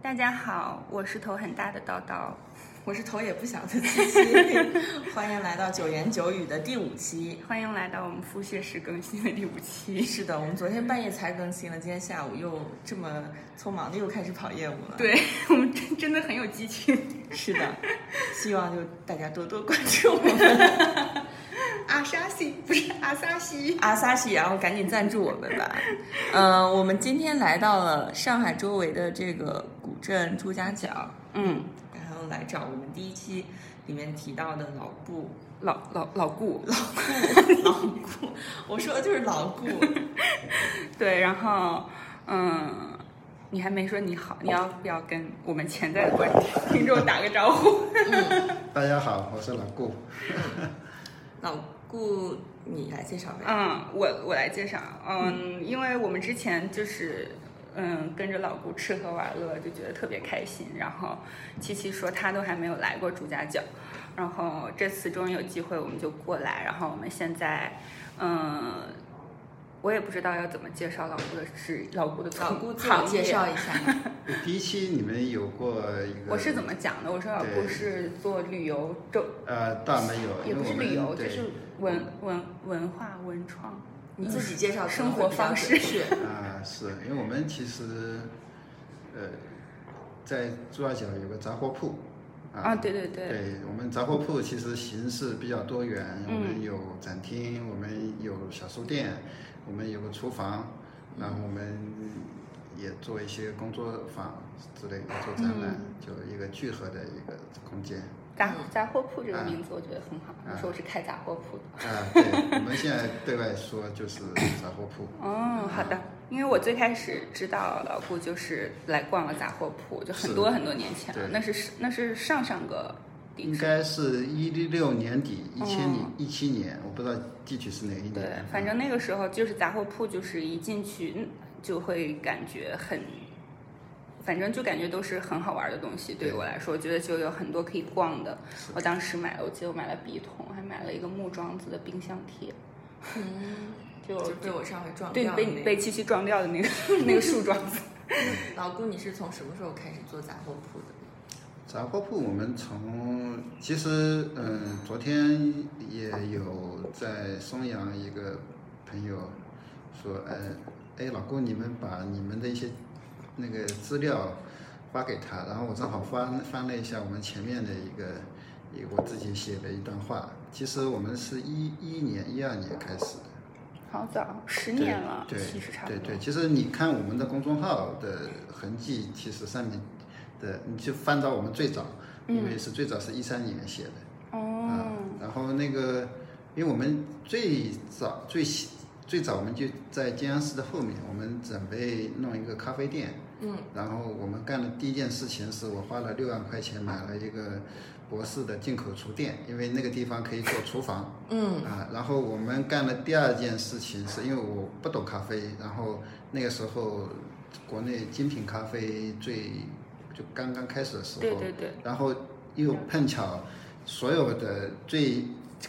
大家好，我是头很大的叨叨。我是头也不小的七七， 欢迎来到九言九语的第五期。欢迎来到我们腹泻时更新的第五 期。是的，我们昨天半夜才更新了，今天下午又这么匆忙的又开始跑业务了。，对我们真真的很有激情。是的，希望就大家多多关注我们。阿沙西不是阿萨西，阿萨西，然后赶紧赞助我们吧。呃，我们今天来到了上海周围的这个古镇朱家角，嗯，然后来找我们第一期里面提到的老顾。老老老顾，老顾，我说的就是老顾。 对，然后嗯，你还没说你好，你要不要跟我们潜在的观众听众打个招呼？大家好，我是老顾。老顾，你来介绍呗。嗯，我我来介绍，嗯，因为我们之前就是。嗯，跟着老顾吃喝玩乐就觉得特别开心。然后七七说她都还没有来过朱家角，然后这次终于有机会我们就过来。然后我们现在，嗯，我也不知道要怎么介绍老顾的职，老顾的老从顾自我介。行绍业一下。第一期你们有过一个，我是怎么讲的？我说老顾对是做旅游周，呃，倒没有，也因不为是我们旅游，就对是文文文化文创。 你自己介绍可生能会活比较方式，准确。 啊、是因为我们其实呃，在朱家角有个杂货铺啊，对对对，我们杂货铺其实形式比较多元，嗯我们有展厅，我们有小书店，我们有个厨房，嗯然后我们也做一些工作坊之类的做展嗯览，就一个聚合的一个空间。杂杂货铺这个啊名字我觉得很好，你嗯说我是开杂货铺的。啊，对，我们现在对外说就是杂货铺。哦，好的，因为我最开始知道老顾就是来逛了杂货铺，就很多是很多年前了，对那是那是上上个地应址，该是一六年底，一七年嗯一七年，我不知道具体是哪嗯一年。对，反正那个时候就是杂货铺，就是一进去嗯就会感觉很。反正就感觉都是很好玩的东西，对于我来说，我觉得就有很多可以逛的。我当时买了，我记得我买了笔筒，还买了一个木桩子的冰箱贴，嗯， 就就被我上回撞对掉的被那你个被七七撞掉的那 个那个树桩子。老顾，你是从什么时候开始做杂货铺的？杂货铺，我们从其实嗯，昨天也有在松阳一个朋友说，哎哎，老公，你们把你们的一些那个资料发给他，然后我正好翻翻了一下我们前面的一个，一我自己写的一段话。其实我们是一一年、一二年开始的。 好早，十对年了，对其实差不多。对对，其实你看我们的公众号的痕迹，其实上面的你就翻到我们最早，因为是最早是一三年写的、啊嗯哦，，然后那个，因为我们最早最喜最早我们就在静安寺的后面，我们准备弄一个咖啡店，嗯，然后我们干的第一件事情是我花了六万块钱买了一个博士的进口厨电，因为那个地方可以做厨房。嗯，啊，然后我们干的第二件事情是因为我不懂咖啡，然后那个时候国内精品咖啡最就刚刚开始的时候，对对对，然后又碰巧所有的最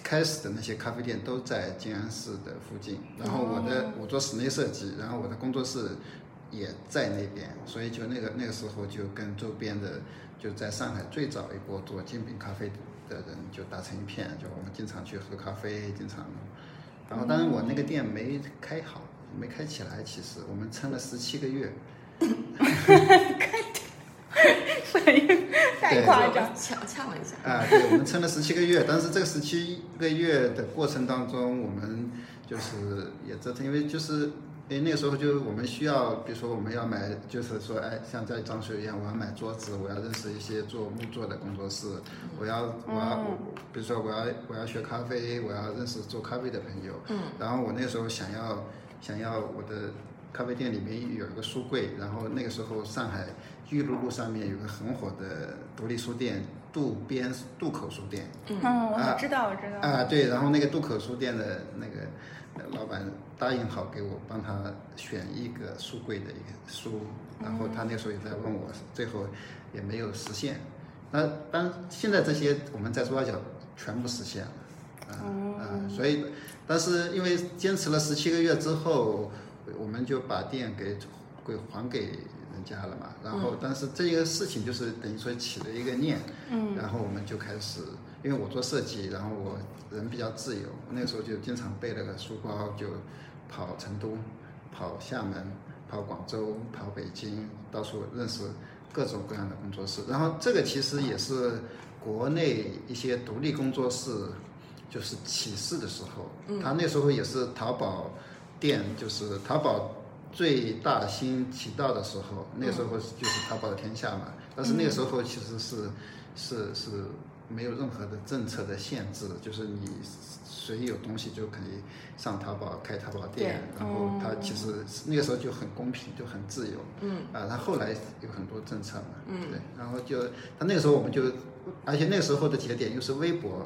开始的那些咖啡店都在静安寺的附近，然后我的、我做室内设计，然后我的工作室也在那边，所以就那个那个时候就跟周边的就在上海最早一波做精品咖啡的人就打成一片，就我们经常去喝咖啡，经常，然后当然我那个店没开好，没开起来，其实我们撑了十七个月，反应 太对夸张。呛呛了一下。啊，对，我们撑了十七个月，但是这个十七个月的过程当中，我们就是也折腾，因为就是因为那个时候就我们需要，比如说我们要买，就是说，哎，像在张学一样，我要买桌子，我要认识一些做木作的工作室，我要我要我，比如说我要我要学咖啡，我要认识做咖啡的朋友，嗯，然后我那时候想要想要我的咖啡店里面有一个书柜，然后那个时候上海玉露路上面有个很火的独立书店，渡边渡口书店嗯，我啊知道，我知道。啊，对，然后那个渡口书店的那个呃老板答应好给我帮他选一个书柜的一个书，然后他那时候也在问我，最后也没有实现。那当现在这些我们在珠八角全部实现了，啊、啊、所以但是因为坚持了十七个月之后，我们就把店给归还给呃人家了嘛。然后，但是这个事情就是等于说起了一个念，嗯，然后我们就开始，因为我做设计，然后我人比较自由，那个时候就经常背了个书包就跑成都、跑厦门、跑广州、跑北京，到处认识各种各样的工作室。然后这个其实也是国内一些独立工作室就是起势的时候，他那时候也是淘宝店，就是淘宝最大兴起到的时候，那时候就是淘宝的天下嘛。但是那个时候其实是、是是没有任何的政策的限制，就是你谁有东西就可以上淘宝开淘宝店，然后它其实是那个时候就很公平，就很自由。哦嗯啊，然后后来有很多政策嘛，嗯，对，然后就他那个时候我们就，而且那个时候的节点又是微博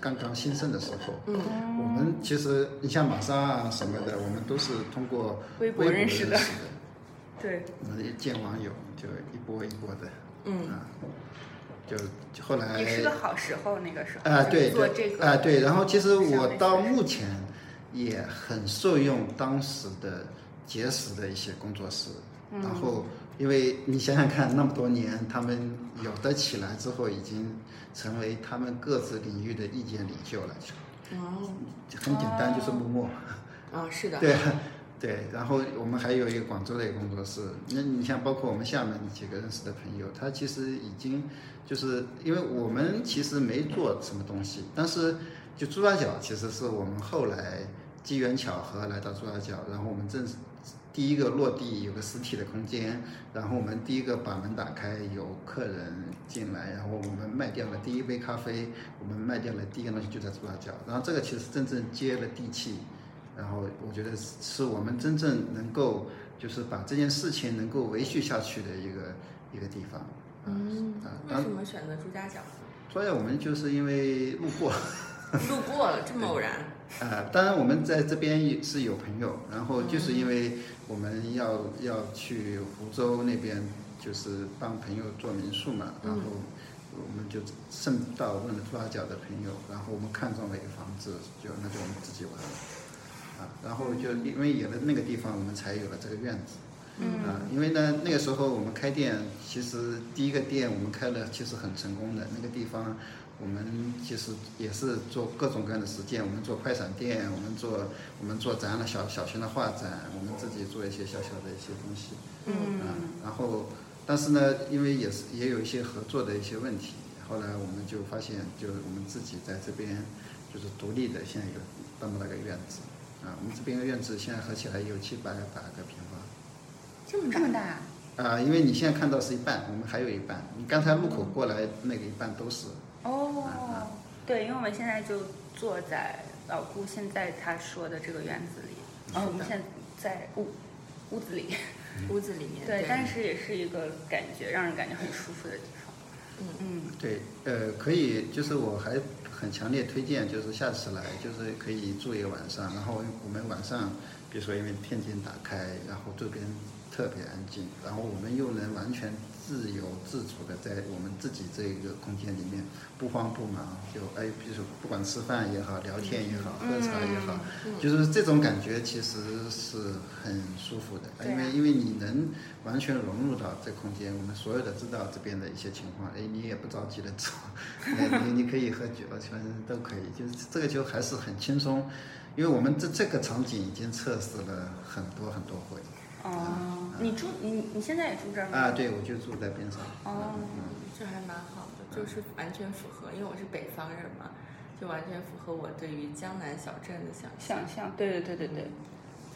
刚刚兴盛的时候，嗯，我们其实你像玛莎啊什么的，我们都是通过微博博认识的的， 对，我们一见网友就一波一波的，嗯啊，就就后来也是个好时候，那个时候啊，就对，做对这个啊，对。然后其实我到上面目前也很受用当时的结识的一些工作室，嗯然后因为你想想看，那么多年，他们有的起来之后，已经成为他们各自领域的意见领袖了。哦，很简单，就是默默。啊，是的，对对，然后我们还有一个广州的一个工作室，那你像包括我们厦门几个认识的朋友，他其实已经就是因为我们其实没做什么东西，但是就猪八角其实是我们后来机缘巧合来到猪八角，然后我们正第一个落地有个实体的空间，然后我们第一个把门打开，有客人进来，然后我们卖掉了第一杯咖啡，我们卖掉了第一个东西就在猪八角，然后这个其实真正接了地气，然后我觉得是是我们真正能够就是把这件事情能够维续下去的一个一个地方。嗯啊，为当什么选择朱家角？所以我们就是因为路过， 路过了，这么偶然，啊，当然我们在这边也是有朋友，然后就是因为我们要要去湖州那边，就是帮朋友做民宿嘛，然后我们就顺道问了朱八角的朋友，然后我们看中了一个房子，就那就我们自己玩了，啊，然后就因为有了那个地方，我们才有了这个院子。嗯嗯啊，因为呢，那个时候我们开店，其实第一个店我们开了，其实很成功的。那个地方，我们其实也是做各种各样的实践，我们做快闪店，我们做我们做展览，小小型的画展，我们自己做一些小小的一些东西。嗯啊，然后，但是呢，因为也是也有一些合作的一些问题，后来我们就发现，就是我们自己在这边就是独立的，现在有那么大个院子啊，我们这边的院子现在合起来有七百八个平方。这么这么大，啊、因为你现在看到是一半，我们还有一半。你刚才路口过来那个一半都是，啊哦，对，因为我们现在就坐在老顾现在他说的这个院子里，嗯然后我们现在在屋屋子里，屋子里面，嗯对，但是是也是一个感觉让人感觉很舒服的地方。嗯对，呃，可以，就是我还很强烈推荐，就是下次来，就是可以住一个晚上，然后我们晚上，比如说因为天井打开，然后这边特别安静，然后我们又能完全自由自主的在我们自己这个空间里面不慌不忙，就哎，比如说不管吃饭也好，聊天也好，喝茶也好，就是这种感觉其实是很舒服的，对啊因为因为你能完全融入到这空间，我们所有的知道这边的一些情况，哎，你也不着急的走， 哎你你可以喝酒，全都可以，就是这个就还是很轻松，因为我们这这个场景已经测试了很多很多回。哦，你住你你现在也住这儿吗？啊，对，我就住在边上。哦嗯这还蛮好的，就是完全符合，因为我是北方人嘛，就完全符合我对于江南小镇的想象想，象，对对对对对，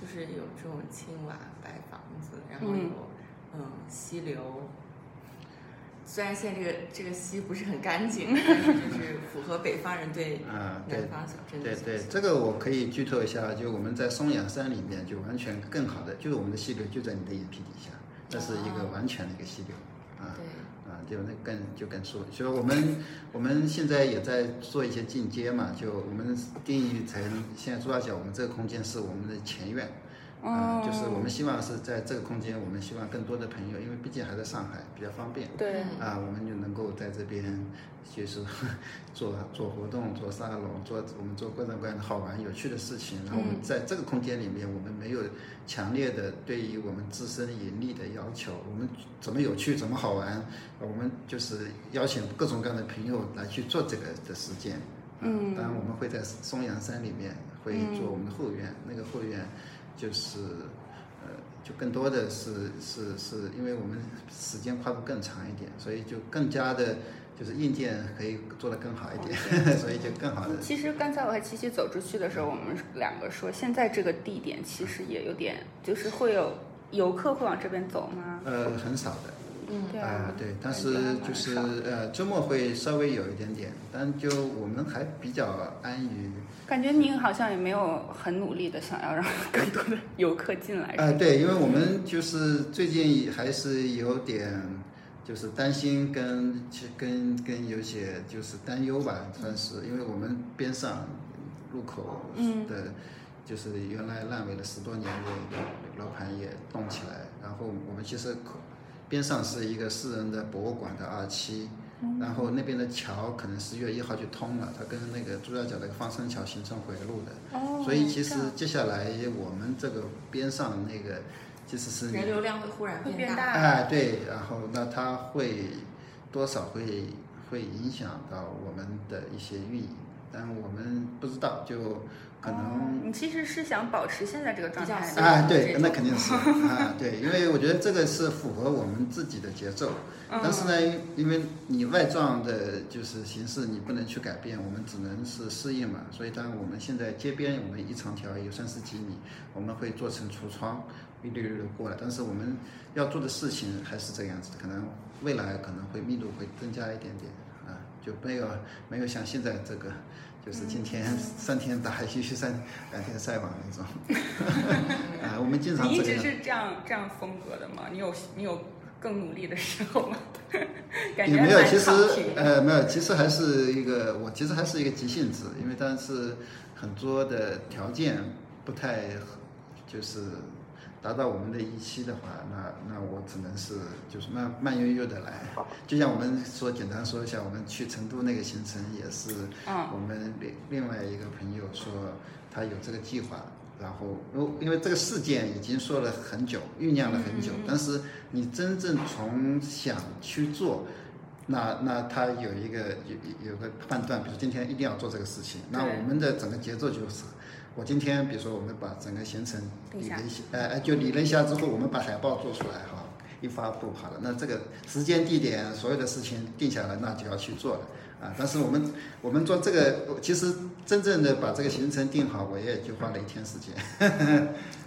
就是有这种青瓦白房子，然后有嗯嗯溪流。虽然现在这个这个溪不是很干净，但是就是符合北方人对嗯啊，对南方小镇的对想对，象这个我可以剧透一下，就我们在松阳山里面，就完全更好的，就是我们的溪流就在你的眼皮底下，这是一个哦完全的一个溪流，啊对啊，就那更就更舒服。所以我们我们现在也在做一些进阶嘛，就我们定义成现在朱大角，我们这个空间是我们的前院。啊、哦就是我们希望是在这个空间，我们希望更多的朋友，因为毕竟还在上海，比较方便。对，嗯啊，我们就能够在这边，就是 做做活动、做沙龙、做我们做各种各样的好玩、有趣的事情。然后我们在这个空间里面，我们没有强烈的对于我们自身盈利的要求，我们怎么有趣、怎么好玩，我们就是邀请各种各样的朋友来去做这个的实践。嗯，当然我们会在松阳山里面会嗯做我们的后院，那个后院就是。呃，就更多的是是是因为我们时间跨度更长一点，所以就更加的，就是硬件可以做得更好一哦 点，所以就更好的。其实刚才我和七七走出去的时候，我们两个说，现在这个地点其实也有点，就是会有游客会往这边走吗？呃，很少的，嗯，对啊、啊，对，但感觉是还蛮就是少呃，周末会稍微有一点点，但就我们还比较安于，感觉您好像也没有很努力的想要让更多的游客进来。啊、对，因为我们就是最近还是有点，就是担心跟跟跟有些就是担忧吧，算是，因为我们边上路口嗯的，就是原来烂尾了十多年的楼盘也动起来，然后我们其实口边上是一个私人的博物馆的二期。嗯然后那边的桥可能十月一号就通了，它跟那个朱家角那个方生桥形成回路的，哦所以其这实样接下来我们这个边上那个其实是人流量会忽然会变变大哎对，然后那它会多少会会影响到我们的一些运营，但我们不知道，就可能哦你其实是想保持现在这个状态比较的，啊，嗯这对，种那 肯定是啊，对，因为我觉得这个是符合我们自己的节奏。嗯但是呢，因为你外状的就是形式你不能去改变，我们只能是适应嘛。所以当然我们现在街边我们一长条有三十几米，我们会做成橱窗，一溜一溜地过来。但是我们要做的事情还是这个样子的，可能未来可能会密度会增加一点点啊，就没有没有像现在这个。就是今天嗯三天打一局三，两天晒网 那种， 啊，我们经常你一这直样。是这样这样风格的吗？你有你有更努力的时候吗？ 感觉也没有，还蛮其实躺平的呃没有，其实还是一个我其实还是一个急性子，因为但是很多的条件不太就是达到我们的预期的话，那那我只能是就是慢慢悠悠的来。就像我们说简单说一下，我们去成都那个行程也是，嗯我们另另外一个朋友说他有这个计划。然后，因为因为这个事件已经说了很久，酝酿了很久，嗯但是你真正从想去做，那那他有一个有有个判断，比如今天一定要做这个事情，那对我们的整个节奏就是，我今天比如说我们把整个行程定理下了一下，呃呃就理了一下之后，我们把海报做出来哈，一发布好了，那这个时间地点所有的事情定下来，那就要去做了啊。但是我们我们做这个，其实真正的把这个行程定好，我也就花了一天时间。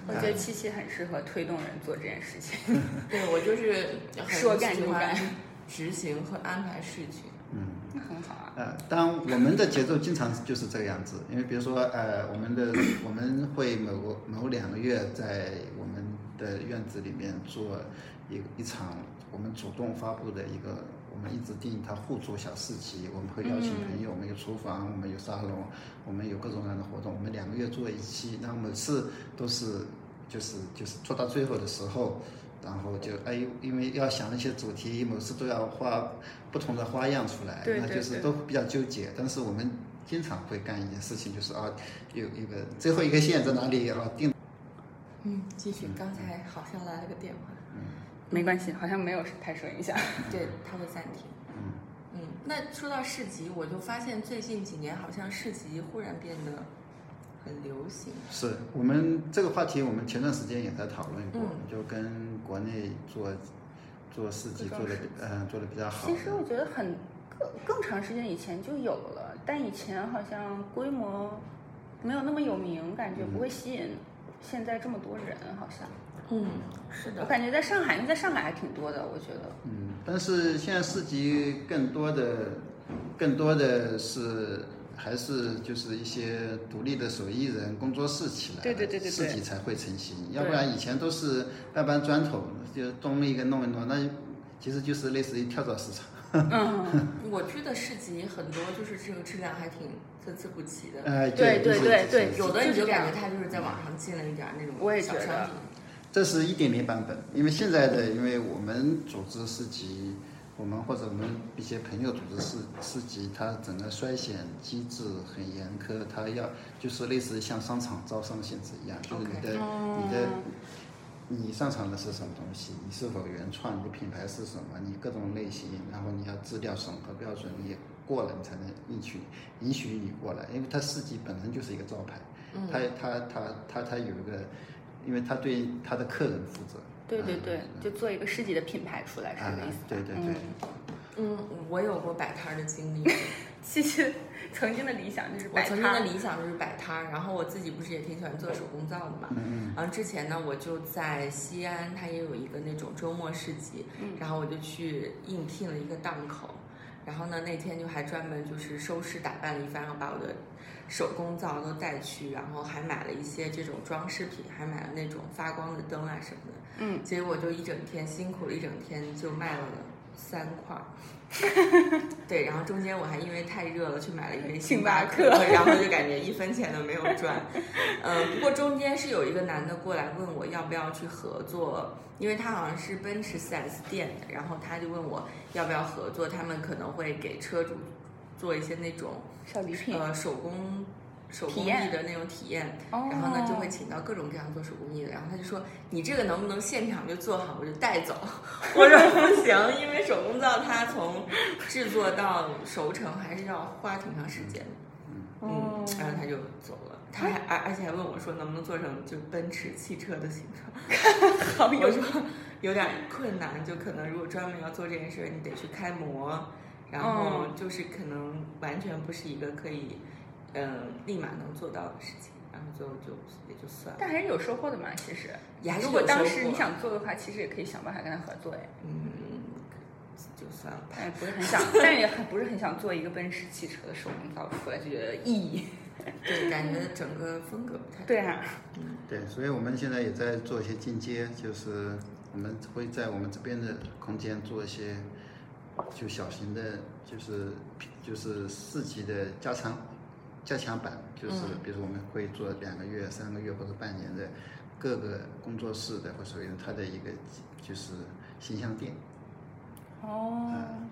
我觉得七七很适合推动人做这件事情。对我就是很说干就干 喜欢执行和安排事情。那很好啊。呃，当我们的节奏经常就是这个样子，因为比如说，呃，我们的 我们会某个某两个月在我们的院子里面做一一场我们主动发布的一个，我们一直定它互助小市集，我们会邀请朋友，我们有厨房，我们有沙龙，我们有各种各样的活动，我们两个月做一期，那每次都是就是就是做到最后的时候，然后就哎，因为要想一些主题，每次都要画不同的花样出来，对那对就是对都比较纠结。但是我们经常会干一件事情，就是啊，有一个最后一个线在哪里啊定。嗯，继续，刚才好像来了个电话，没关系，好像没有太受影响。对，它会暂停。嗯嗯，那说到市集，我就发现最近几年好像市集忽然变得很流行。是我们这个话题，我们前段时间也在讨论过，嗯就跟国内做做市集各做种的市集呃做的比较好 的。其实我觉得很更更长时间以前就有了，但以前好像规模没有那么有名，感觉不会吸引现在这么多人。好像嗯，是我。感觉在上海，因为在上海还挺多的，我觉得。嗯，但是现在市集更多的、更多的是还是就是一些独立的手艺人工作室起来了，对对对对对市集才会成型，对要不然以前都是搬搬砖头，就东一个弄一弄，那其实就是类似于跳蚤市场。嗯，我去的市集很多，就是这个质量还挺参差不齐的。哎，对对对对对有的你呃就是就这样感觉它就是在网上进了一点儿那种我也小觉得商品，这是一点零版本，因为现在的，因为我们组织市集，我们或者我们一些朋友组织市市集，它整个筛选机制很严苛，它要就是类似于像商场招商限制一样，就是你的哦你的你上场的是什么东西，你是否原创，你的品牌是什么，你各种类型，然后你要质量审核标准你也过了，你才能允许允许你过来，因为它市集本身就是一个招牌，它它它它它有一个，因为它对它的客人负责，对对对啊，就做一个市级的品牌出来，是啊这个意思吧？，对对对嗯，嗯，我有过摆摊儿的经历。其实嗯曾经的理想就是我摆曾摊经的儿，理想就是摆摊儿，然后我自己不是也挺喜欢做手工皂的嘛。嗯然后之前呢，我就在西安，它也有一个那种周末市集，嗯然后我就去应聘了一个档口。然后呢，那天就还专门就是收拾打扮了一番，然后把我的手工皂都带去，然后还买了一些这种装饰品，还买了那种发光的灯啊什么的。嗯，结果就一整天辛苦了一整天，就卖了三 块儿。对，然后中间我还因为太热了去买了一杯星巴巴克，克然后就感觉一分钱都没有 赚。嗯，不过中间是有一个男的过来问我要不要去合作，因为他好像是奔驰 4S 店的，然后他就问我要不要合作，他们可能会给车主做一些那种小礼品，呃手工手工体艺验的那种体验，哦嗯然后呢就会请到各种各样做手工艺的，然后他就说你这个能不能现场就做好，我就带走。 我说不行，因为手工皂它从制作到熟成还是要花挺长时间的。嗯哦，然后他就走了，他还而而且还问我说能不能做成就奔驰汽车的形状， 好我有说有点困难，就可能如果专门要做这件事，你得去开模，然后就是可能完全不是一个可以，嗯、立马能做到的事情，然后最后就也就算了。但还是有收获的嘛，其实嗯也还是如果有当收时获啊你想做的话，其实也可以想办法跟他合作，哎，嗯，就算了吧。但也不是很想，但也很不是很想做一个奔驰汽车的手工皂出来，就觉得意义。对，感觉整个风格不太对啊，对，所以我们现在也在做一些进阶，就是我们会在我们这边的空间做一些就小型的，就是就是市级的加强加强版，就是嗯比如说我们会做两个月、三个月或者半年的各个工作室的，或者有它的一个就是形象店。哦，嗯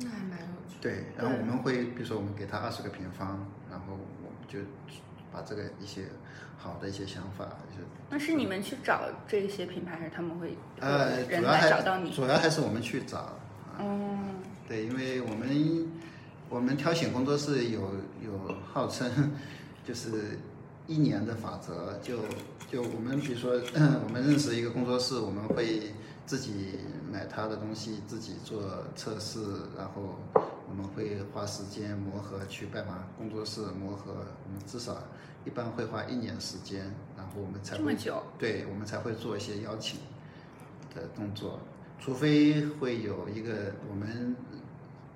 那还蛮有趣的。对，然后我们会，比如说我们给他二十个平方，然后我们就把这个一些好的一些想法，就是那是你们去找这些品牌，还是他们会呃，人主要来还找到你？主要还是我们去找，啊哦，对，因为我们我们挑选工作室有有号称 就是一年的法则，就就我们比如说 我们认识一个工作室，我们会自己买他的东西，自己做测试，然后我们会花时间磨合，去拜访工作室磨合，我们至少一般会花一年时间，然后我们才这么会久，对我们才会做一些邀请的动作，除非会有一个我们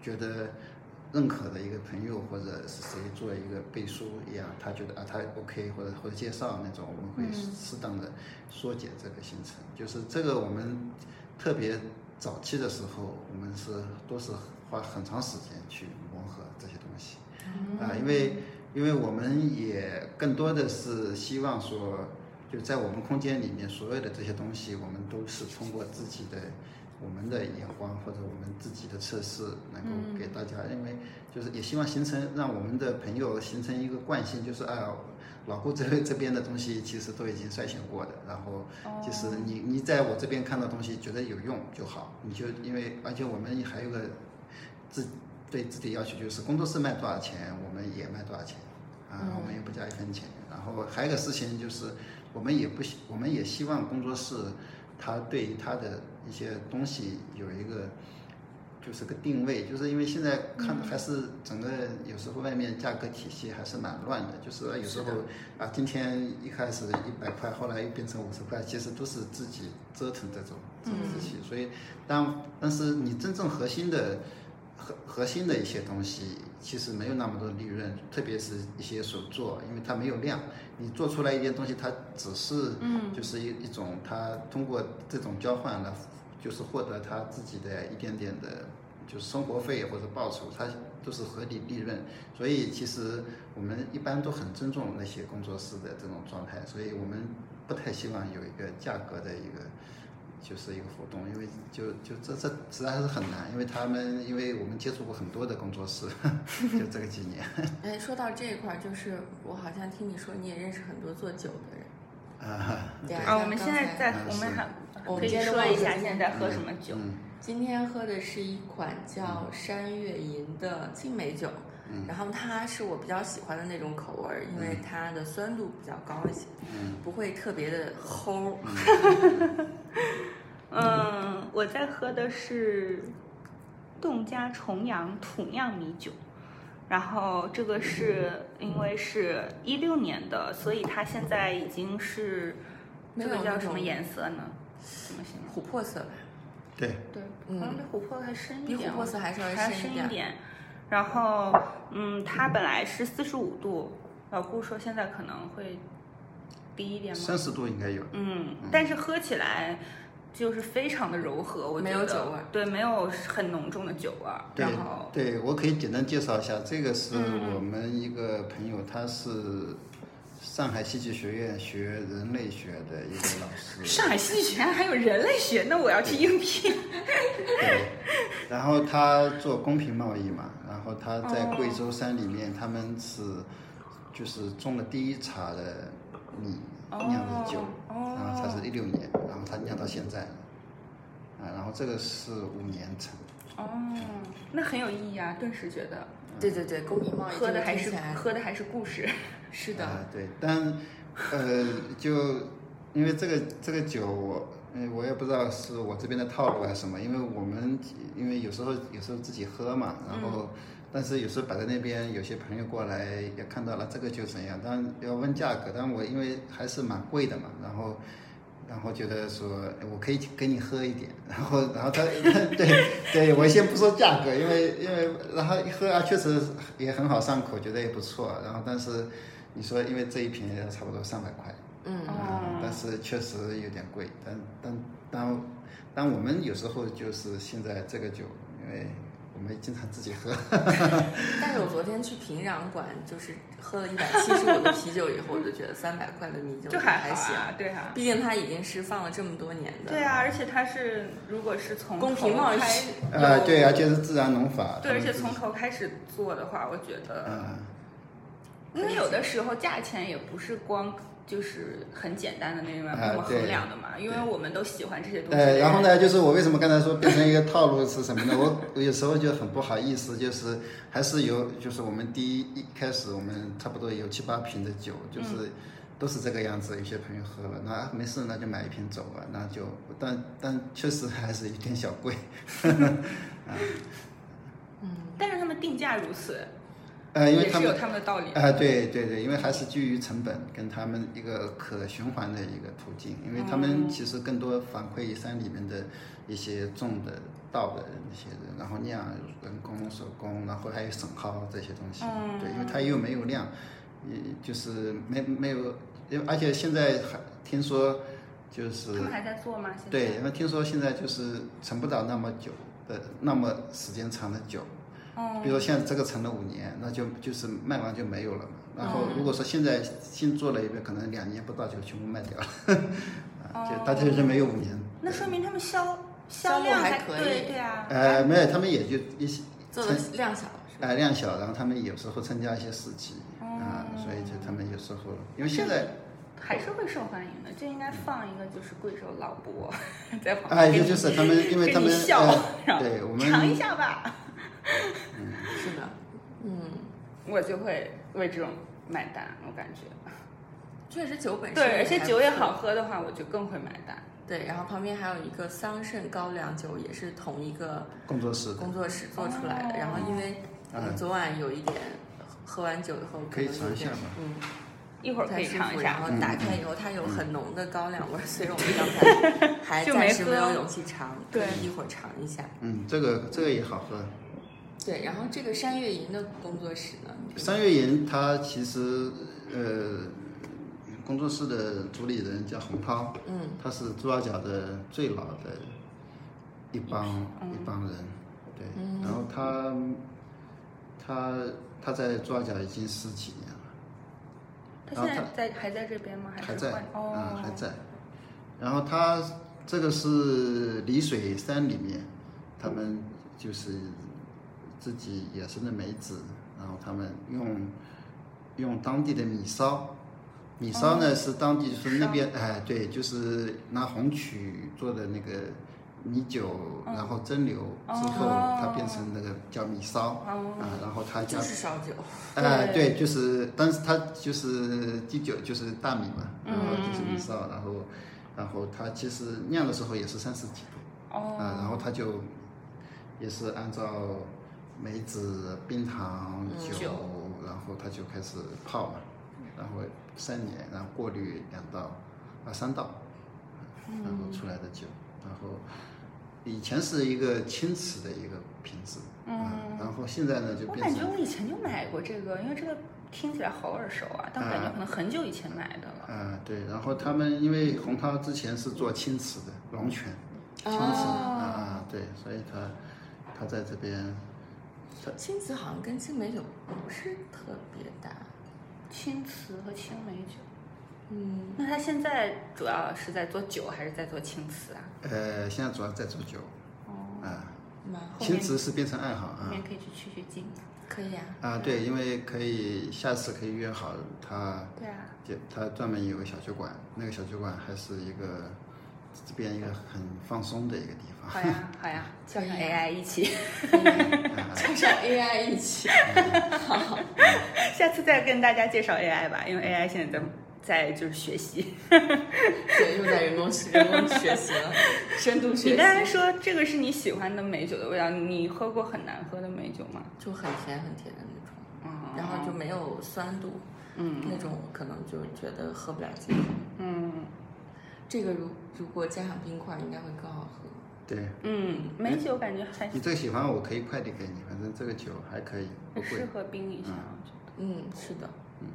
觉得认可的一个朋友或者是谁做一个背书一样，他觉得啊他 OK 或者或者介绍那种，我们会适当的缩减这个行程。就是这个我们特别早期的时候，我们是都是花很长时间去磨合这些东西。嗯啊，因为因为我们也更多的是希望说，就在我们空间里面，所有的这些东西，我们都是通过自己的我们的眼光或者我们自己的测试，能够给大家，因为就是也希望形成让我们的朋友形成一个惯性，就是啊。老顾这这边的 东西其实都已经筛选过的，然后就是你你在我这边看到东西觉得有用就好，你就因为而且我们还有个自对自己要求就是工作室卖多少钱，我们也卖多少钱，啊，我们也不加一分钱。然后还有一个事情就是，我们也不希，我们也希望工作室他对于他的一些东西有一个。就是个定位，就是因为现在看还是整个有时候外面价格体系还是蛮乱的，就是有时候啊，今天一开始一百块，后来又变成五十块，其实都是自己折腾这种这嗯种事情，所以当但是你真正核心的核核心的一些东西，其实没有那么多利润，特别是一些手作，因为它没有量，你做出来一件东西，它只是嗯，就是一一种它通过这种交换来就是获得他自己的一点点的，就是生活费或者报酬，他都是合理利润。所以其实我们一般都很尊重那些工作室的这种状态，所以我们不太希望有一个价格的一个。就是一个活动，因为就就这这实在是很难，因为他们因为我们接触过很多的工作室， 就这个几年，哎，说到这一块儿，就是我好像听你说你也认识很多做酒的人，啊，对啊，我们现在在嗯，我们是还我可以们接着说往一下下听现在在喝什么酒。嗯今天喝的是一款叫山月吟的青梅酒，嗯然后它是我比较喜欢的那种口味儿，因为它的酸度比较高一些，嗯不会特别的齁。嗯，我在喝的是洞家重阳土酿米酒，然后这个是因为是一六年的，所以它现在已经是没这有个叫那什么种颜色呢？怎么形容？琥珀色吧，对，对，嗯好像比琥珀还深比一点，琥珀色还稍微还要深深一一点。点。然后，嗯，它本来是四十五度，老顾说现在可能会低一点吗？三十度应该有，嗯，但是喝起来就是非常的柔和，我觉没得有酒味儿对，没有很浓重的酒味儿。对然后，对，我可以简单介绍一下，这个是哦嗯我们一个朋友，他是上海戏剧学院学人类学的一个老师，上海戏剧学院还有人类学，那我要去应 聘。对，然后他做公平贸易嘛，然后他在贵州山里面，他们是就是种了第一茬的米酿的酒，哦然后他是一六年，然后他酿到现在，啊，然后这个是五年陈，哦，那很有意义啊！顿时觉得对对对，公平贸易喝的还哦这是个听起来喝的还是故事。是啊的，对，但呃，就因为这个这个酒，我嗯，我也不知道是我这边的套路还是什么，因为我们因为有时候有时候自己喝嘛，然后、嗯但是有时候摆在那边，有些朋友过来也看到了这个酒怎样，当然要问价格，但我因为还是蛮贵的嘛，然后。然后觉得说，哎我可以给你喝一点，然后，然后 他，对，对我先不说价格，因为因为然后一喝啊，确实也很好上口，觉得也不错。然后但是你说，因为这一瓶也要差不多三百块，嗯，哦嗯，但是确实有点贵。但但但但我们有时候就是现在这个酒，因为我们经常自己喝，但是我昨天去平壤馆，就是喝了一百七十五的啤酒以后，我就觉得三百块的米酒就还还好行，嗯啊，对啊，毕竟它已经是放了这么多年的。对啊，而且它是如果是从公头平贸易开呃，对，而且是自然农法，对，他而们且自己从头开始做的话，我觉得嗯。因为有的时候价钱也不是光就是很简单的那种啊那么对衡量的嘛，因为我们都喜欢这些东西。对，呃然后？呢，就是我为什么刚才说变成一个套路是什 么呢？我我有时候就很不好意思，就是还是有，就是我们第一一开始我们差不多有七八瓶的酒，嗯就是都是这个样子。有些朋友喝了，那啊没事，那就买一瓶走吧，那就但但确实还是有点小贵。但是他们定价如此，呃，因为也他是们有他们的道理。啊、对对对，因为还是基于成本跟他们一个可循环的一个途径，因为他们其实更多反馈山里面的一些种的、稻的那些人，然后酿人工、手工，然后还有损耗这些东西，对，因为它又没有量，也就是没没有，因为而且现在还听说就是他们还在做吗？现在对，因为听说现在就是存不了那么久的那么时间长的酒，哦比如说现在这个存了五年，那就就是卖完就没有了嘛。然哦后如果说现在新做了一个，可能两年不到就全部卖掉了，啊，就大家就没有五年。哦那说明他们销销路量还可以对对啊。呃，没有，他们也就一些做的量小是吧？呃量小，然后他们有时候参加一些市集哦啊，所以就他们有时候因为现在还是会受欢迎的，就应该放一个就是贵州老伯 在旁边。哎，也就是他们，因为他们跟你笑 呃，对我尝一们下吧，是的，嗯，我就会为这种买单，我感觉。确实酒本身对，而且酒也还不错好喝的话，我就更会买单。对，然后旁边还有一个桑葚高粱酒，也是同一个工作室的工作室做出哦来的。然后因为嗯呃昨晚有一点喝完酒以后可以能有尝一下点嘛嗯，一会儿不可太以舒尝服一然下。后打开以后，它嗯有很浓的高粱味儿， 所以我们刚 才还就没暂时没有喝勇气尝，可对以一会儿尝一下。嗯，这个这个也好喝。对，然后这个山月吟的工作室呢，三月银他其实呃，工作室的主理人叫洪涛，嗯，他是猪八角的最老的一帮嗯一帮人，对，嗯然后他他他在朱尔甲已经十几年了，他然后现在在还在这边吗？还还是在换？啊哦，还在，然后他这个是丽水山里面，他们就是自己野生的梅子，然后他们用用当地的米烧。米烧哦呢、是当地就是那边哎对，就是拿红曲做的那个米酒，然后蒸馏之后，哦它变成那个叫米烧啊、哦然后它加就是烧酒，呃，对对，就是，但是它就是第九就是大米嘛，嗯然后就是米烧，然后，然后它其实酿的时候也是三十几度啊、哦，然后它就也是按照梅子、冰糖、酒，嗯酒然后它就开始泡嘛，然后三年，然后过滤两道啊三道，嗯然后出来的酒，然后以前是一个青瓷的一个瓶子，啊、然后现在呢就嗯我变感成觉我以前就买过这个，因为这个听起来好耳熟啊，但我感觉可能很久以前买的了。啊，对，然后他们因为洪涛之前是做青瓷的龙泉，青哦瓷哦啊，对，所以他他在这边，青瓷好像跟青梅酒不是特别搭，青瓷和青梅酒，嗯，那他现在主要是在做酒还是在做青瓷啊？呃，现在主要在做酒，啊，蛮好，哦后面青瓷是变成爱好后啊面可以去取取经。可以啊，啊，对，因为可以下次可以约好他，对啊，就他专门有个小酒馆，那个小酒馆还是一个这边一个很放松的一个地 好方，呀，好 呀，叫上 AI 一起，啊加上 AI 一起，下次再跟大家介绍 AI 吧，因为 AI 现在在在就是学习。对，又在人工 人工学习了，深度你学刚才习，说这个是你喜欢的美酒的味道，你喝过很难喝的美酒吗？就很甜很甜的那种，嗯然后就没有酸度，嗯那种我可能就觉得喝不了几口。嗯这个如如果加上冰块，应该会更好喝。对。嗯，美酒感觉还你这个喜欢我可以快递给你，反正这个酒还可以，不很适贵。合冰一下。嗯，是的，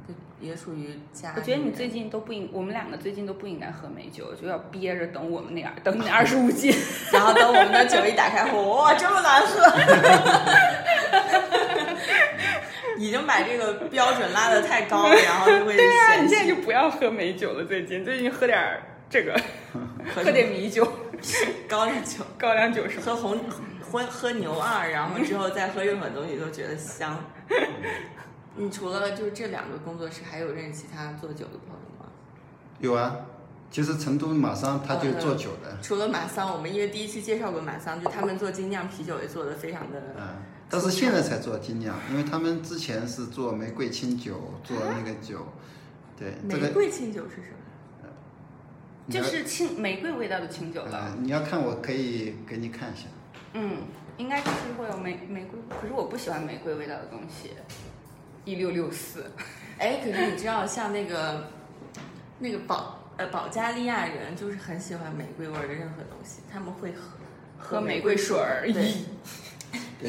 就也属于加。我觉得你最近都不应，我们两个最近都不应该喝美酒，就要憋着等我们那样，等你二十 五斤。然后等我们的酒一打开，哇，这么难喝！ 已经把这个标准拉得太高了，然后就会对啊，嫌你弃现在就不要喝美酒了，最近最近喝点儿这个，喝喝点米酒、高粱酒，高粱酒什么。喝红喝喝牛二，然后之后再喝任何东西都觉得香。嗯 你除了就是这两个工作室，还有认识其他做酒的朋友吗？有啊，其实成都马上他就做酒的，除了马桑，我们因为第一期介绍过马桑，就他们做精酿啤酒也做的非常的，嗯，但是现在才做精酿，因为他们之前是做玫瑰清酒，做那个酒，对这玫个瑰清酒是什么？你就要是清玫瑰味道的清酒呃了，你要看我可以给你看一下，嗯，应该就是会有玫玫瑰，可是我不喜欢玫瑰味道的东西。一六六四，哎，可是你知道，像那个那个保呃保加利亚人就是很喜欢玫瑰味儿的任何东西，他们会喝喝玫玫瑰水儿，对咦对，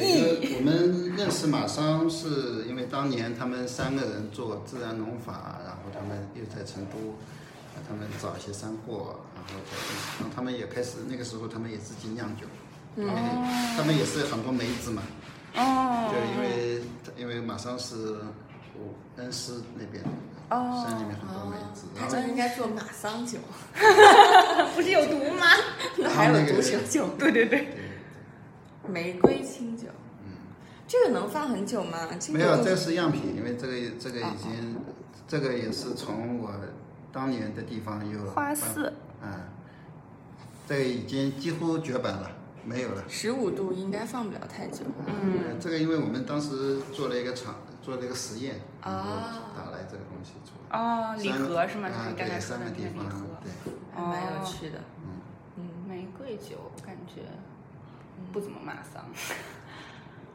嗯因为我们认识马商是因为当年他们三个人做自然农法，然后他们又在成都，呃他们找一些山货，然后在然后他们也开始那个时候他们也自己酿酒，嗯因为他们也是很多梅子嘛，哦，对，因为因为马上是我恩施那边的哦山里面很多梅哦子，，他然后就应该做马桑酒， 不是有毒吗？那还有毒蛇酒，对对对，对玫瑰清酒，这个能放很久吗？这个没有，就这是样品，因为这个这个已经这个也是从我当年的地方有花四，嗯，这个已经几乎绝版了，没有了。十五度应该放不了太久。嗯，这个因为我们当时做了一个厂，做了一个实验，然后啊打来这个东西出来。哦，礼三个盒是吗？就是嗯啊你，刚才对，说三的个哦那地个啊礼方盒，。对，还蛮有趣的。嗯，玫瑰酒我感觉不怎么马桑，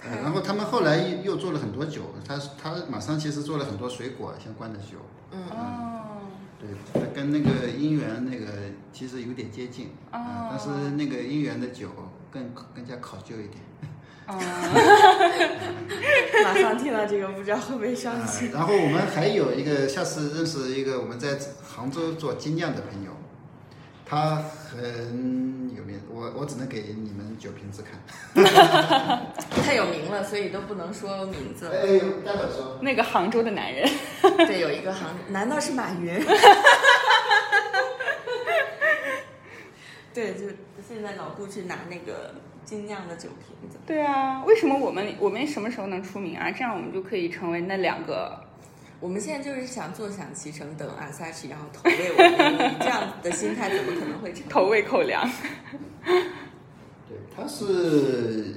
呃然后他们后来又又做了很多酒，他他马上其实做了很多水果相关的酒，嗯哦，对，它跟那个姻缘那个其实有点接近，啊、哦但是那个姻缘的酒更更加考究一点。哦， 马上听到这个，不知道会不会伤啊心。然后我们还有一个，下次认识一个我们在杭州做精酿的朋友，他很有名，我我我只能给你们酒瓶子看。 太有名了，所以都不能说名字。哎，呦，待会儿说。那个杭州的男人，对，有一个杭，难道是马 云？对，就现在老顾去拿那个精酿的酒瓶子。对啊，为什么我们我们什么时候能出名啊？这样我们就可以成为那两个，我们现在就是想坐享其成，等阿萨奇然后投喂我们， 你这样的心态怎么可能会成？头喂口粮。对，它是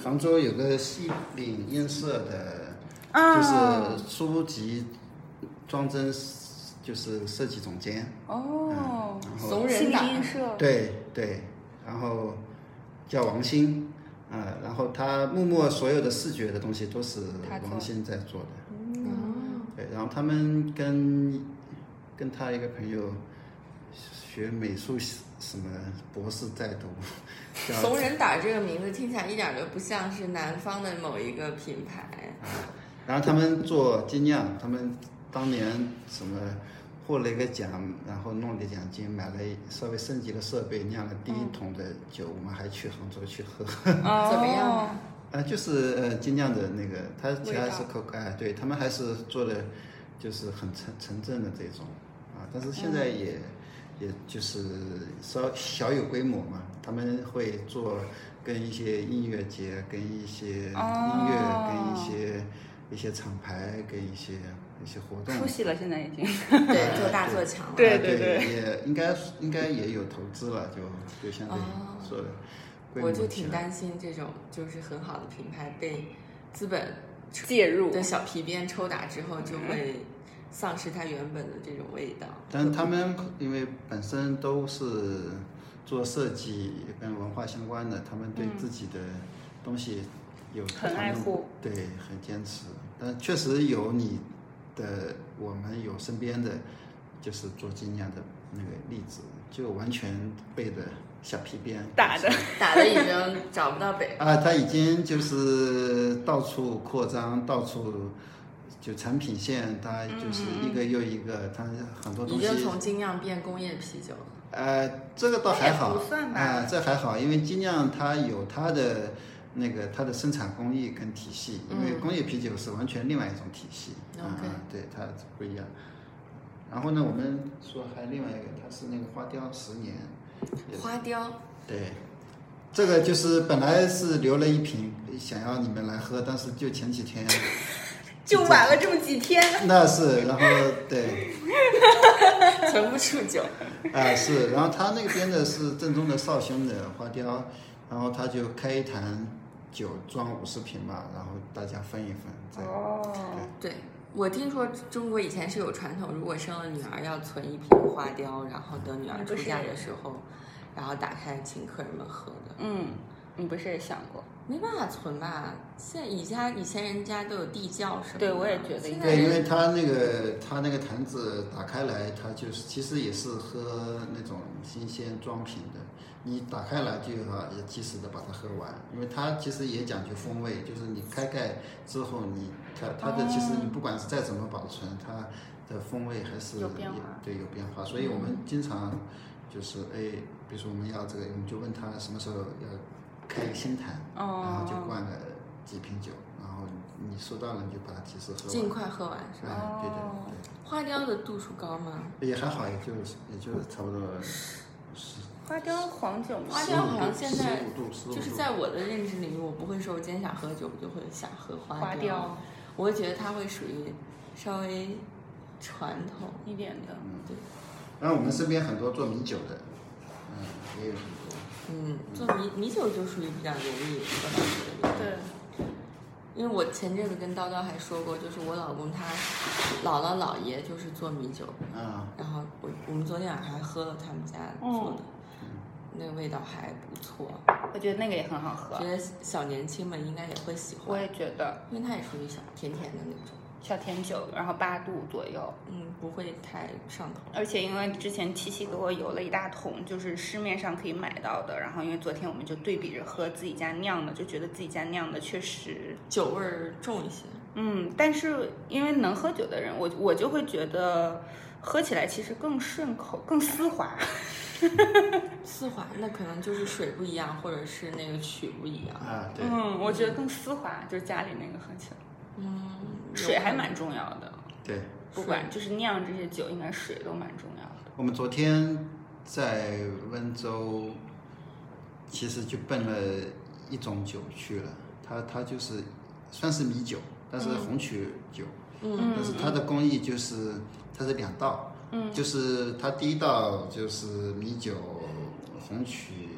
杭州有个西岭印社的， 啊就是书籍装帧就是设计总监。哦，然后怂心人理党，映 射，对对，然后叫王鑫，啊、然后他默默所有的视觉的东西都是他做王鑫在做的，嗯对，然后他们跟跟他一个朋友学美术什么博士在读，叫怂人胆这个名字听起来一点都不像是南方的某一个品牌。然后他们做精酿，他们当年什么获了一个奖，然后弄了奖金，买了一稍微升级的设备，酿了第一桶的酒，我们还去杭州去喝。哦怎么样啊？啊，就是呃精酿的那个，它其实还味道是可哎，对他们还是做的就是很纯纯正的这种啊，但是现在嗯也、也就是稍小有规模嘛，他们会做跟一些音乐节、跟一些音乐、哦跟一些一些厂牌、跟一些一些活动。出息了，现在已经。对，做大做强了。对啊对对对也应该应该也有投资了，就就相当于哦做的规模我就起挺来担心这种就是很好的品牌被资本介入的小皮鞭抽打之后，就会丧失它原本的这种味道。但他们因为本身都是做设计跟文化相关的，他们对自己的东西有嗯很他们爱护，对，很坚持。但确实有你的，我们有身边的，就是做精酿的那个例子，就完全背的小皮鞭打的打的已经找不到北，啊，他已经就是到处扩张，到处。就产品线，它就是嗯一个又一个，它很多东已西经从精酿变工业啤酒了。呃，这个倒还好， 这也不算吧啊、这还好，因为精酿它有它的那个它的生产工艺跟体系，因为嗯工业啤酒是完全另外一种体系，啊、 OK 对，它不一样。然后呢，我们说还另外一个，它是那个花雕十年，也花雕，对，这个就是本来是留了一瓶，想要你们来喝，但是就前几天就晚了这么几天。那是，然后对，存不住酒。 啊，是，然后他那边的是正宗的绍兴的花雕，然后他就开一坛酒装五十瓶嘛，然后大家分一分，再哦，对，我听说中国以前是有传统，如果生了女儿要存一瓶花雕，然后等女嗯儿出嫁的时候，然后打开请客人们喝的。嗯，你不是也想过？没办法存吧，现在以家以前人家都有地窖什么的。对我也觉得应现该在对，因为人他那个他那个坛子打开来，他就是其实也是喝那种新鲜装品的，你打开来就要也及时的把它喝完，因为它其实也讲究风味，就是你开盖之后你它它的其实你不管是再怎么保存，它的风味还是有变化嗯对有变化，所以我们经常就是哎，比如说我们要这个，我们就问他什么时候要开一个新坛，然啊后就哦，灌了几瓶酒，然后你收到了你就把它及时喝完。尽快喝完是吧？啊，对哦的，花雕的度数高吗？对，也还好，也就也就差不多十花雕黄酒吗？花雕好像现在十五度，十五度，就是在我的认知里，我不会说我今天想喝酒，我就会想喝花花雕我会觉得它会属于稍微传统。一点的，嗯然后我们身边很多做米酒的，嗯，也有很多。嗯，做米米酒就属于比较容易喝到这个味道。对，因为我前阵子跟叨叨还说过，就是我老公他姥姥姥爷就是做米酒，啊，然后我我们昨天晚上还喝了他们家嗯做的，嗯那个味道还不错，我觉得那个也很好觉喝。得小年轻们应该也会喜我欢，也觉得因为它也属于小甜甜的那种，小甜酒，然后八度左右。嗯，不会太上头。而且因为之前七七给我邮了一大桶，就是市面上可以买到的，然后因为昨天我们就对比着喝自己家酿的，就觉得自己家酿的确实，酒味儿重一些，嗯，但是因为能喝酒的人，我我就会觉得喝起来其实更顺口，更丝滑。丝滑，那可能就是水不一样，或者是那个曲不一样。啊，对，嗯，我觉得更丝滑，就是家里那个喝起来，嗯，有水还可能蛮重要的。对。不管就是酿这些酒，应该水都蛮重要的。我们昨天在温州，其实就奔了一种酒去了，它它就是算是米酒，但是红曲酒，嗯但是它的工艺就是它是两道，嗯就是它第一道就是米酒红曲，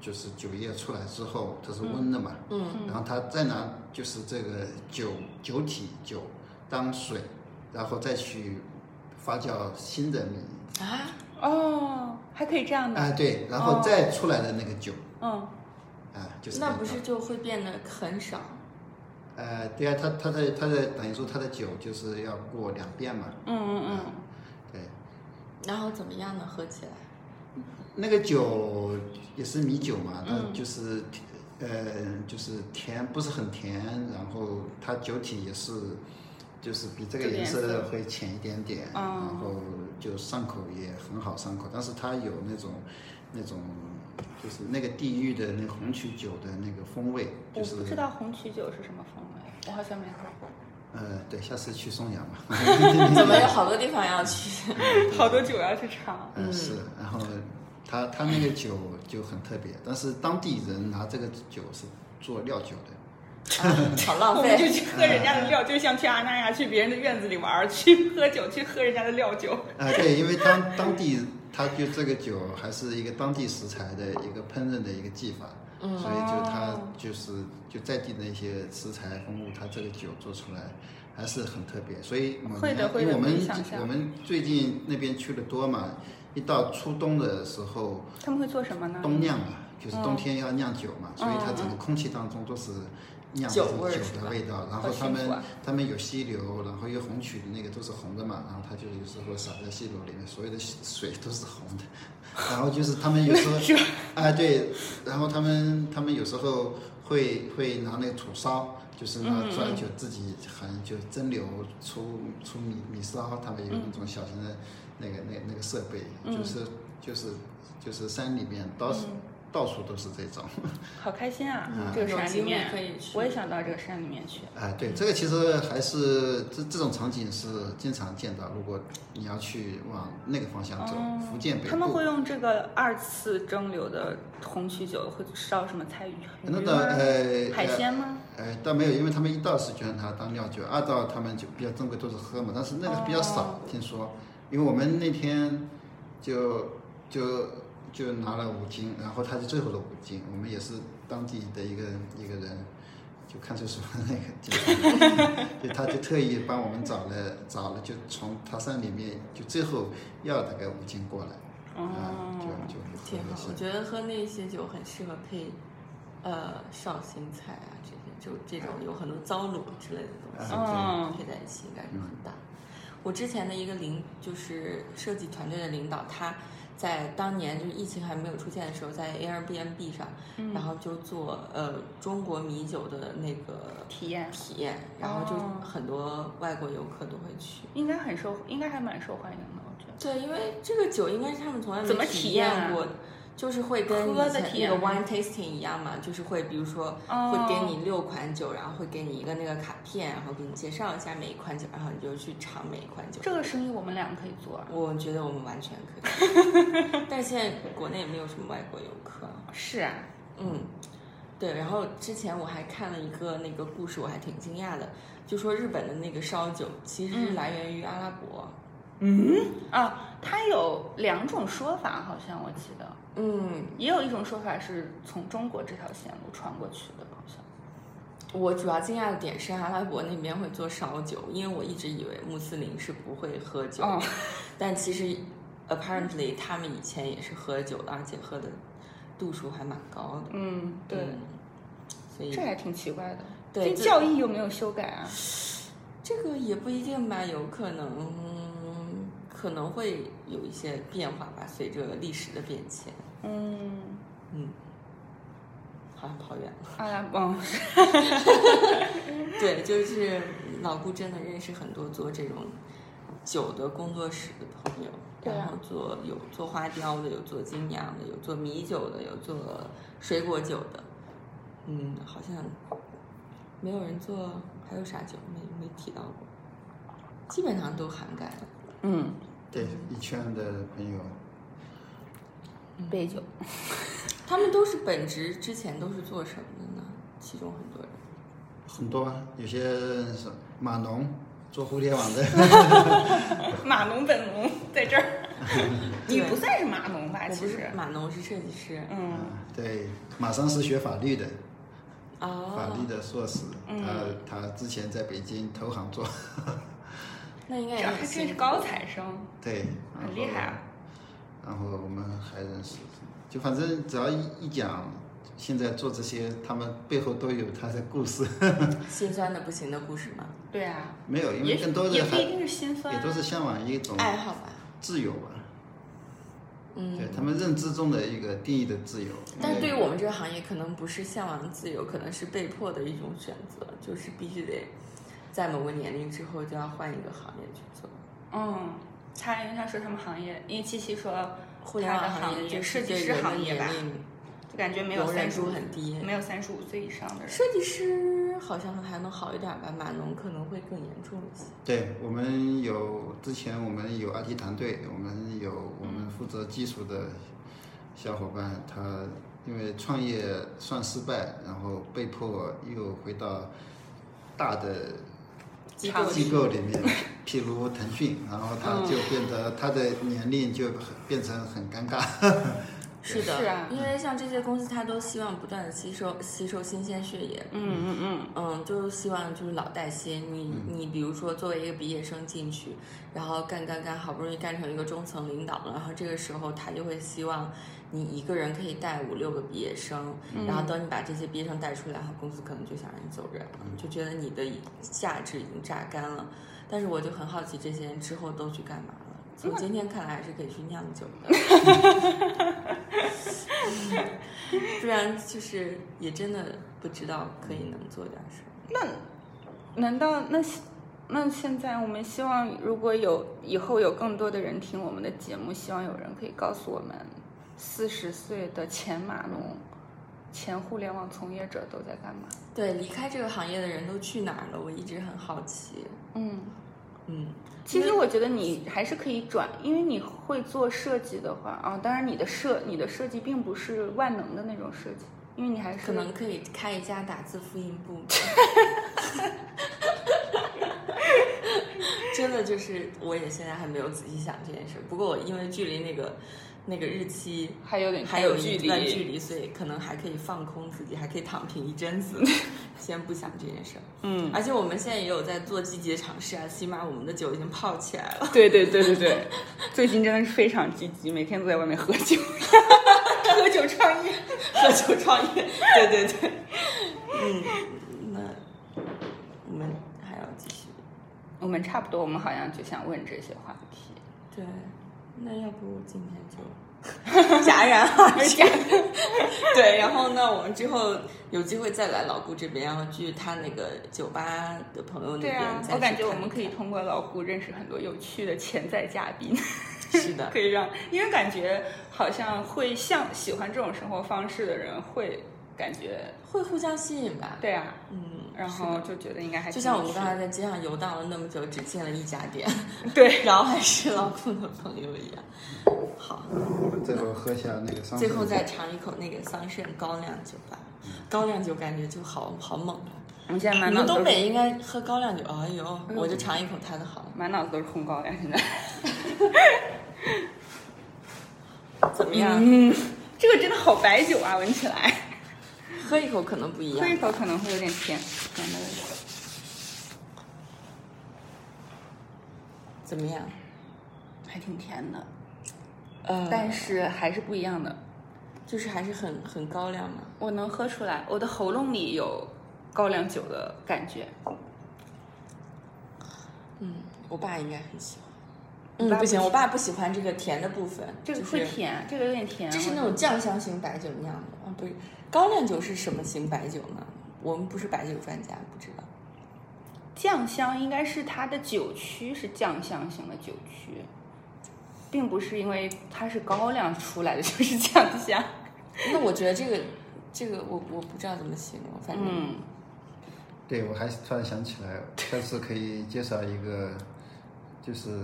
就是酒液出来之后它是温的嘛，嗯然后它再拿就是这个酒酒体酒当水，然后再去发酵新的米。啊，哦，还可以这样的，啊，对，然后再出来的那个酒，哦嗯，啊，就是那个不是就会变得很少？呃，对啊，它它的它的等于说它的酒就是要过两遍嘛，啊嗯嗯嗯，对，然后怎么样呢？喝起来？那个酒也是米酒嘛，它嗯就是、呃就是甜不是很甜，然后它酒体也是就是比这个这个颜颜色色会浅一点点，哦然后就上口也很好上口，但是它有那种那种。就是那个地域的那个红曲酒的那个风味，就我是不知道红曲酒是什么风味，我好像没喝过，呃，对，下次去松阳吧。 怎么有好多地方要去？ 好多酒要去尝。嗯，是，然后他他那个酒就很特别，但是当地人拿这个酒是做料酒的，好我浪们就费。去喝人家的料，就像去阿那亚去别人的院子里玩儿，去喝酒，去喝人家的料酒。啊、对，因为当当地他就这个酒还是一个当地食材的一个烹饪的一个技法，所以就他嗯哦就是就在地的一些食材风物，他这个酒做出来。还是很特别，所以我们会的会的我可们以想象我们最近那边去的多嘛，一到初冬的时候，他们会做什么呢？冬酿嘛，就是嗯冬天要酿酒嘛，所以它整个空气当中都是酿这种酒味儿酒是吧的味道。然好后他幸福们啊他们有溪流，然后有红曲的那个都是红的嘛，然后它就有时候洒在溪流里面，所有的水都是红的。然后就是他们有时候啊对，然后他们他们有时候会会拿那个土烧。就是拿出来就自己很就蒸馏出出米米烧，他们有那种小型的那个那那个设备，就是就是就是山里面到到处都是这种。好开心啊！嗯这个山里面有机会可以去我也想到这个山里面去。哎，对，这个其实还是这这种场景是经常见到。如果你要去往那个方向走，哦福建北部，他们会用这个二次蒸馏的红曲酒，会烧什么菜鱼、鱼那吗个呃海鲜吗？呃，倒没有，因为他们一道是就让它当料酒，二道他们就比较正规都是喝嘛，但是那个比较少，哦听说，因为我们那天就就就拿了五斤，然后他是最后的五斤，我们也是当地的一个一个人，就看守所的那个警察 ，就他就特意帮我们找了找了，就从他山里面就最后要大概五斤过来，啊，就哦，就喝挺了好，些我觉得喝那些酒很适合配，呃，绍兴菜啊这些，就这种有很多糟卤之类的东西、啊配在一起，感觉很搭。我之前的一个领就是设计团队的领导，他在当年就是疫情还没有出现的时候，在 Airbnb 上，嗯然后就做呃中国米酒的那个体验体验，然后就哦很多外国游客都会去。应该很受，应该还蛮受欢迎的，我觉得。对，因为这个酒应该是他们从来没怎么体体验啊验过，就是会跟以喝的前体验那个 wine tasting 一样嘛，就是会比如说哦会给你六款酒，然后会给你一个那个卡片，然后给你介绍一下每一款酒，然后你就去尝每一款酒。这个生意我们两个可以做啊。我觉得我们完全可以， 但是现在国内也没有什么外国游客。是啊，嗯，对。然后之前我还看了一个那个故事，我还挺惊讶的，就说日本的那个烧酒其实嗯是来源于阿拉伯。啊，它有两种说法，好像我记得，嗯，也有一种说法是从中国这条线路穿过去的，好像。我主要惊讶的点是阿拉伯那边会做烧酒，因为我一直以为穆斯林是不会喝酒，哦，但其实 apparently 他们以前也是喝酒的，而且喝的度数还蛮高的。嗯，对，嗯所以这还挺奇怪的。嗯对这这教义有没有修改啊？这个也不一定吧，有可能嗯可能会有一些变化吧，随着历史的变迁。嗯，嗯，好像跑远啊了。阿拉伯， 对，就是老顾真的认识很多做这种酒的工作室的朋友，对啊然后做有做花雕的，有做精酿的，有做米酒的，有做水果酒的，嗯，好像没有人做，还有啥酒没没提到过，基本上都涵盖了。嗯，对一圈的朋友，嗯杯酒，他们都是本职之前都是做什么的呢？其中很多人，很多啊，有些是码农做互联网的，码农本农在这儿， 你嗯对不算是码农吧？我其不实是，码农，我是设计师。嗯啊对，马上是学法律的，法哦律，的硕士，他嗯他之前在北京投行做，那应该也这还很真辛是苦高材生，对，然很后厉害啊！然后我们还认识，就反正只要一一讲，现在做这些，他们背后都有他的故事。嗯心酸的不行的故事吗？对啊，没有，因也为许更多也的不还一定是心酸也啊，都是向往一种爱好吧，自由吧，嗯对。他们认知中的一个定义的自由。但因为对于我们这个行业，可能不是向往自由，可能是被迫的一种选择，就是必须得在某个年龄之后就要换一个行业去做。嗯，他因为他说他们行业，因为七七说互联网他的行业业就设是计对师人的行业吧年龄就感觉没有容忍三十度五，很低。没有三十五岁以上的人，设计师好像还能好一点吧，码农可能会更严重一些。对我们有之前我们有 IT 团队，我们有我们负责技术的小伙伴，他因为创业算失败，然后被迫又回到大的机差构不多嗯机构里面，譬如腾讯，然后他就变得他的年龄就很变成很尴尬。是的，是啊因为像这些公司，它都希望不断的吸收吸收新鲜血液，嗯嗯嗯，嗯，就是希望就是老带新。你你比如说，作为一个毕业生进去，然后干干干，好不容易干成一个中层领导了，然后这个时候他就会希望你一个人可以带五六个毕业生，然后等你把这些毕业生带出来，然后公司可能就想让你走人了，就觉得你的价值已经榨干了。但是我就很好奇，这些人之后都去干嘛了？从今天看来，还是可以去酿酒的。不然就是也真的不知道可以能做点什么。难道那现那现在我们希望，如果有以后有更多的人听我们的节目，希望有人可以告诉我们，四十岁的前码农、前互联网从业者都在干嘛？对，离开这个行业的人都去哪儿了？我一直很好奇。嗯，嗯，其实我觉得你还是可以转，因为你会做设计的话啊，当然你的设你的设计并不是万能的那种设计，因为你还是可能可以开一家打字复印部。 真的就是，我也现在还没有仔细想这件事。不过我因为距离那个那个日期还有点还有距一离，段距离，所以可能还可以放空自己，还可以躺平一阵子， 先不想这件事儿。嗯，而且我们现在也有在做积极的尝试啊，起码我们的酒已经泡起来了。对对对对对， 最近真的是非常积极，每天都在外面喝酒， 喝酒创业。喝酒创业，对对对，嗯，那我们还要继续，我们差不多，我们好像就想问这些话题。对，那要不今天就戛然而止， 对，然后呢，我们之后有机会再来老顾这边，然后去他那个酒吧的朋友那对边啊再我去看一，看，感觉我们可以通过老顾认识很多有趣的潜在嘉宾， 是的可，以让，因为感觉好像会像喜欢这种生活方式的人会感觉， 会互相吸引吧，，对啊，嗯，然后就觉得应该还就像我挺有们趣的刚才在街上游荡了那么久，只进了一家 店，对，然后还是老顾的朋友一样， 好。我们最后喝下那个桑葚最后再尝一口那个桑葚高粱酒吧，高粱酒感觉就好好猛啊！我们现在满你脑们子东都是北应该喝高粱酒，哎呦，我就尝一口它的好了，满脑子都是烘高粱，现在。怎么样？嗯，这个真的好白酒啊，闻起来。喝一口可能不一喝一样，口可能会有点甜甜的味道。怎么样？还挺甜的，呃，但是还是不一样的。就是还是很很高粱嘛。我能喝出来，我的喉咙里有高粱酒的感觉。嗯，我爸应该很喜欢。你爸嗯，不行，不喜我爸不喜欢这个甜的部分，这个就会是甜，这个有点甜。啊这是那种酱香型白酒酿的啊，不是高粱酒是什么型白酒呢？我们不是白酒专家，不知道。酱香应该是它的酒曲是酱香型的酒曲，并不是因为它是高粱出来的 就是酱香。那我觉得这个这个我我不知道怎么形容，反正、嗯，对，我还是突然想起来，下次可以介绍一个，就是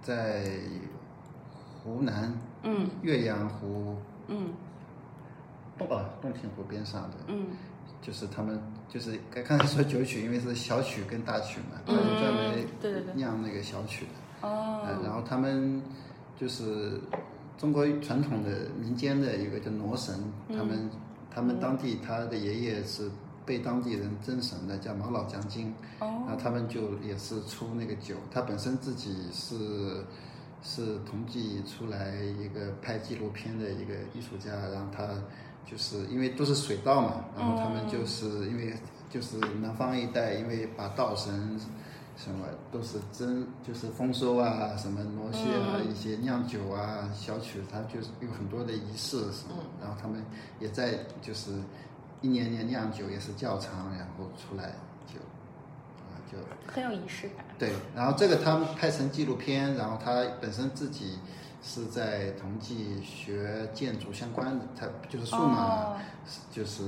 在湖南，嗯，岳阳湖嗯洞啊洞庭湖边上的，嗯就是他们就是刚刚才说九曲，因为是小曲跟大曲嘛，他就专门嗯对对对酿那个小曲的。呃，哦，然后他们就是中国传统的民间的一个叫傩神，嗯他们他们当地他的爷爷是被当地人真神的，叫毛老将军，哦然后他们就也是出那个酒，他本身自己是。是同济出来一个拍纪录片的一个艺术家，然后他就是因为都是水稻嘛，然后他们就是因为就是南方一带，因为把稻神什么都是真，就是丰收啊，什么挪穗啊，一些酿酒啊、小曲，它就是有很多的仪式什么。然后他们也在就是一年年酿酒，也是窖藏，然后出来酒，啊就很有仪式感。对。然后这个他们拍成纪录片，然后他本身自己是在同济学建筑相关的，他就是数码。哦就是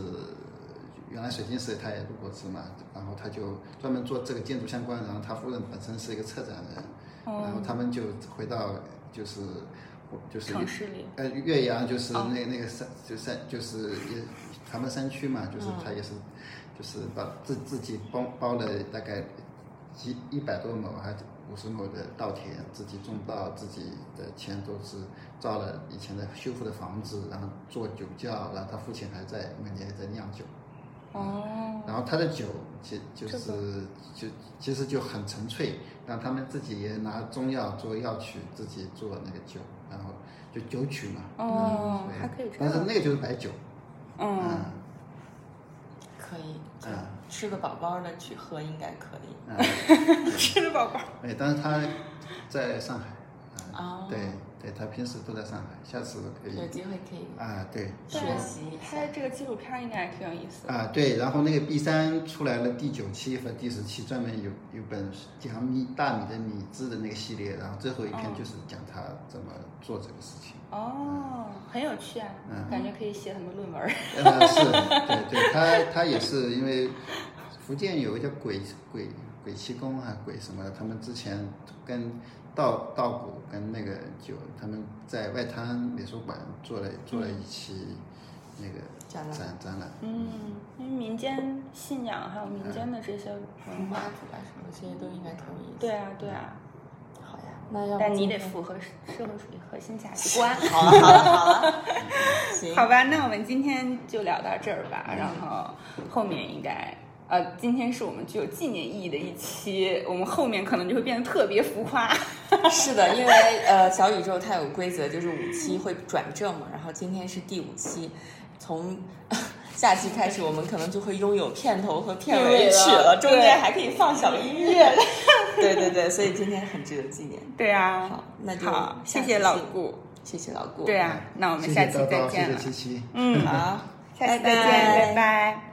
原来水晶寺他也入过职嘛，然后他就专门做这个建筑相关，然后他夫人本身是一个策展人，然后他们就回到就是就是城市里，呃岳阳就是哦那、那个山就山就是也他们山区嘛，嗯就是他也是、就是把自自己包包了大概几一百多亩还五十亩的稻田，自己种稻，自己的钱都是造了以前的修复的房子，然后做酒窖，然后他父亲还在每年在酿酒，嗯哦，然后他的酒其就这是个就其实就很纯粹，然后他们自己也拿中药做药曲，自己做那个酒，然后就酒曲嘛。哦嗯还可以这样但是那个就是白酒。嗯，可以，嗯吃个饱饱的去喝应该可以。嗯，吃的宝宝，哎，但是他在上海。哦啊，对对，他平时都在上海，下次可以有。机会可以啊，对。学习一下拍。这个纪录片应该挺有意思的。啊，对，然后那个 B 三出来了第九期和第十期，专门有有本讲米大米的米字的那个系列，然后最后一篇就是讲他怎么做这个事情。哦，很有趣啊，嗯感觉可以写很多论文儿。呃，是，对对，他他也是因为福建有个叫鬼鬼鬼气功啊，鬼什么的，他们之前跟稻稻谷跟那个酒，他们在外滩美术馆做了做了一期那个展览展展览，嗯，因为民间信仰还有民间的这些文嗯化妈，祖啊什么，这些都应该挺有意思。对，啊对啊，好呀，那要不但你今得 天符合社会主义核心价值观。 好了好了好了，嗯行，嗯好吧，那我们今天就聊到这儿吧。然后后面应该，呃，今天是我们具有纪念意义的一期，我们后面可能就会变得特别浮夸。是的，因为呃，小宇宙它有规则，就是五期会转正嘛，然后今天是第五期，从 下期开始，我们可能就会拥有片头和片尾曲了，对中间还可以放小音 乐。 对对对，所以今天很值得纪念。对啊，好那就好，下谢期谢老见顾。谢谢老顾。对啊，那我们下期谢谢再叨叨见谢了谢。七七。嗯，好，下期再见，拜拜拜拜